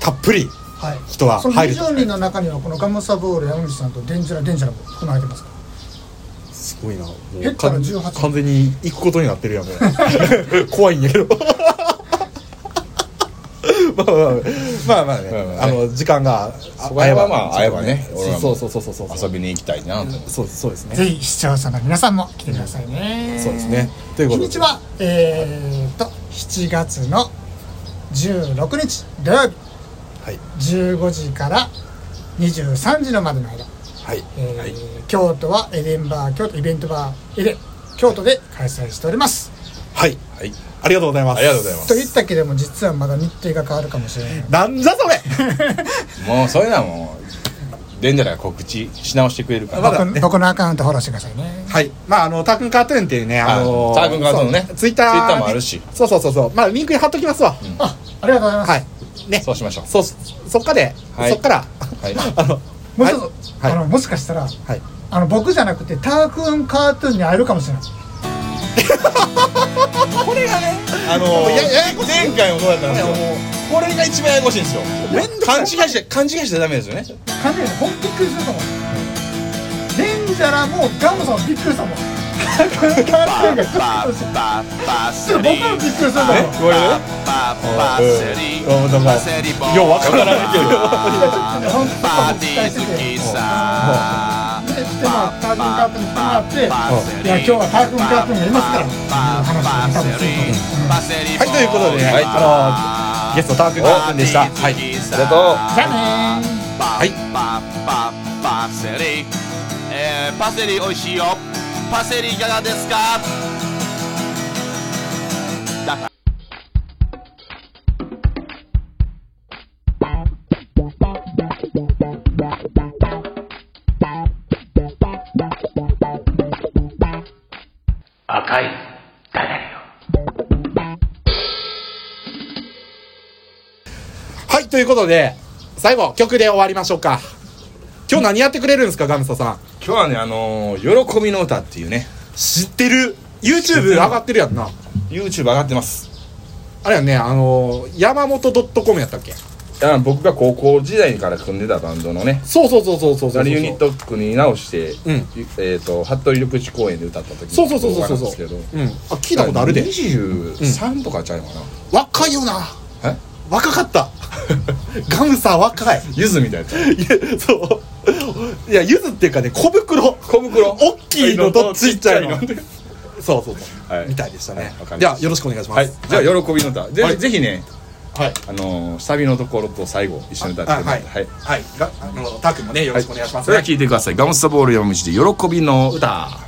たっぷり
はい、
人は
その
入ると
20人の中にはこのガムサボール山口さんとデンジャラデンジャラも含まれてますから
すごいなもう
減ったら
完
18
完全に行くことになってるやんもう怖いんやけど まあまあまあまあね
まあまあね
あの時間があ
そこら辺はまあ
ち
会
ょっと
えばね俺らも
そうそうそうそうそうそ
遊
う
びに行きたいなと
そうそうですね
ぜひ視聴者の皆さんも来てくださいね、
そうですねということで
日にちはえー、っと7月の16日土曜
はい
日15時から23時のまでの間、
はい
えー京都はエデンバー京都イベントバーエデン京都で開催しております
はい
はい
ありがとうございます
ありがとうございま
と言ったけれども実はまだ日程が変わるかもしれないので
なんじゃそれ
もうそういうのはもうデンジャラが告知し直してくれるから
まだね
僕僕のアカウントフォローしてくださいね
はいまああのタークンカートゥーンっていうねあの
はいタークンカートゥーンね
そうツイッターに
Twitter もあるし
そうそうそうそうまあリンクに貼っときますわ
あありがとうございます、
はいね
そうしましょう
そうそっかで
はい
そっか
は
ら
い
あの
もう一つ、
はい
あのもしかしたら
はい
あの僕じゃなくてタークーンカートゥーンに会えるかもしれない
あのー
いやややこしい
前回もそうだったんですよこれが一番ややこしいんですよ勘違いして勘違いしてダメですよね
完全に本当びっくりすると思うデンジャラもガムさんもびっくりしたもんタークーンカートゥーンがちょっとしちょっと 僕もびっくりすると思う
えこれようわからないけど
本当に期待しててででまあタークーンカートゥーンに来てもらっていや今日はタークーンカートゥーンがいますからっていう話を多分すると思う
はいということでね
はい
あのゲストタークンカートゥーンでしたはい
ありがとう
じゃあねー
パ
はい
パパパセリ、えー、パセリ美味しいよパセリいかがですかだから
赤いダダよ。
はい、ということで、最後、曲で終わりましょうか。今日何やってくれるんですか、ガムサさん。
今日はねあのー喜びの歌っていうね
知ってる !YouTube 上がってるやんな。
YouTube 上がってます
あれやねあの山本ドットコムやったっけ
あ僕が高校時代から組んでたバンドのね
そうそうそうそうそうそうそう
ユニット組み直して、
うん
えっ、と服部緑地公園で歌った時
そうそうそう
動
そう
画なん
そう
ですけど
うん、あ聞いたことあるで
23とかちゃうのかな
若いよな
え
若かった ガムさん若い
ゆずみたいなやつ
いやそういやゆずっていうかね小袋
小袋
大きいのとちっちゃいの
はい
そうそうそう、
はい
みたいでしたね、
はいわかりました
ではよろしくお願いします、
はいじゃあ喜びの歌ぜ,、
はい
ぜひね
はい
あのー、サビのところと最後一緒に歌ってください
あ
はい
はい、があのタクもねよろしくお願いします、
それでは聴いてください「ガムスタボール山道で喜びの歌」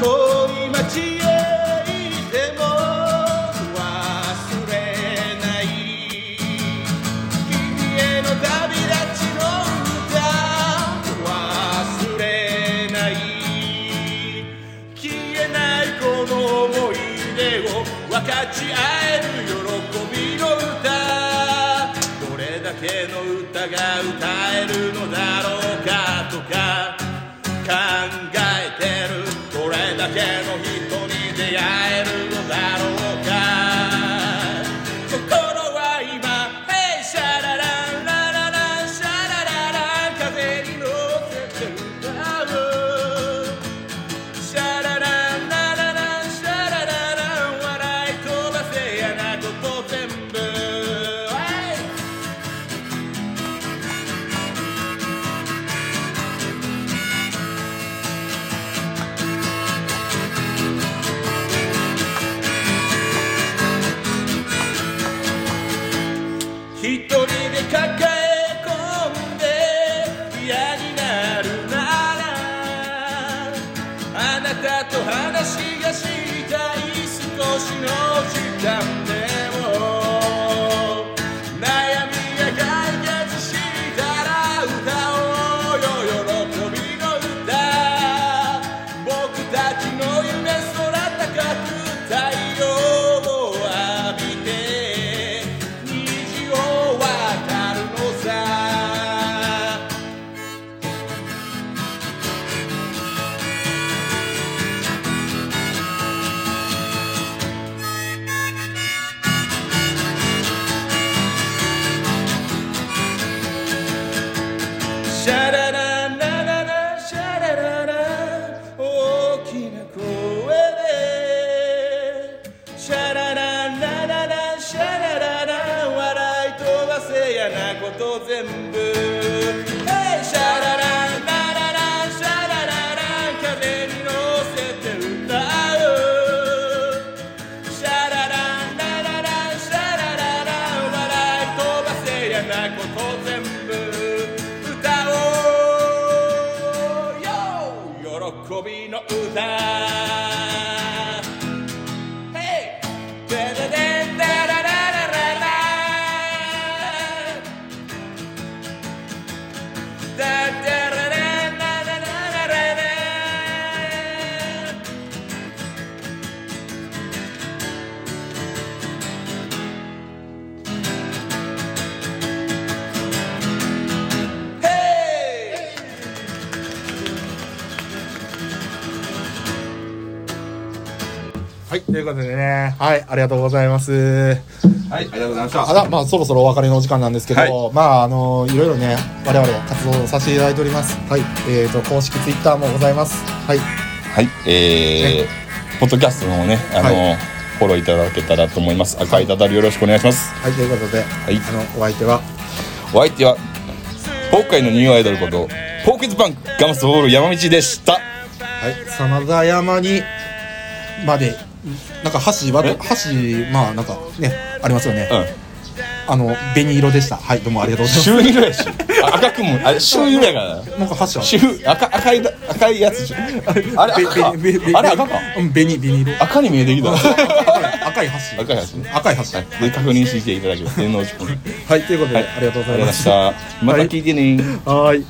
遠い町へ行っても忘れない君への旅立ちの歌忘れない消えないこの思い出を分かち合える喜びの歌どれだけの歌が歌えるのだろうかとか考えてるこれだけの人に出会えるのだろうか心は今「ヘイシャラランララランシャラララン」「風に乗せて歌う」シャラランララランシャラララン笑い飛ばせやなこと全部 Hey! 一人で抱え込んで嫌になるならあなたと話がしたい少しの時間でも悩みが解決したら歌おうよ喜びの歌僕たちの夢空高く太陽を浴びて虹を渡るのさシャラララララシャラララ大きな声でシャラララララシャラララ笑い飛ばせやなこと全部 Hey! シャラララララシャラララ風に乗せて歌うシャラララララシャラララ笑い飛ばせやなこと全部歌おうよ喜びの歌 Hey! ダダデンダラララララダダラララララララ
はい、ということでね、はい、ありがとうございます。
はいありがとうございました
あら、まあ、そろそろお別れのお時間なんですけど、
は
まあ、あの、いろいろね、我々活動させていただいております。はい、えっ、と、公式ツイッターもございます。はい、
はい、えー、ポッドキャストの方ね、あの、
は
フォローいただけたらと思います。赤いダダルよろしくお願いします。
はい、ということで、
い
あの、お相手は、
お相手は、ポーク界のニューアイドルこと、ポークイズパンク、ガムスボール山道でした。
はい、真田山に、まで、なんか箸は、
え
箸、まあ、なんかね、ありますよね。
うん。
あの、紅色でした。はい、どうもありがとうございます。
週色やし、 あ赤くも、あれ、週色やからな。
なんか箸は、
週、赤、赤いだ、赤いやつじゃん。あれ、
べ
赤か。あ
べべべ
れ、赤か。
うん、紅、紅色。
赤に見えてきた。は
赤い箸。
赤い箸ね
赤い箸。はい
いで、確認していただける天皇寺君。
い、ということで、ありがと
ありがとう
うござい
ござい
ま
ま
し。
したた。また聞いてね
はーい。
もう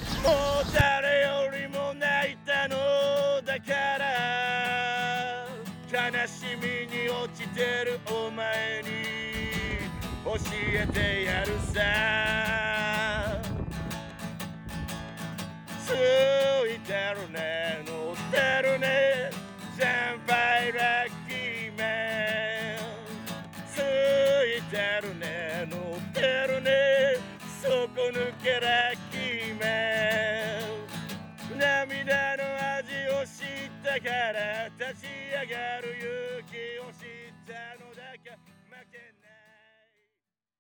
誰よりも泣いたのだから悲しみに涙の味を知ったから立ち上がる勇気を知った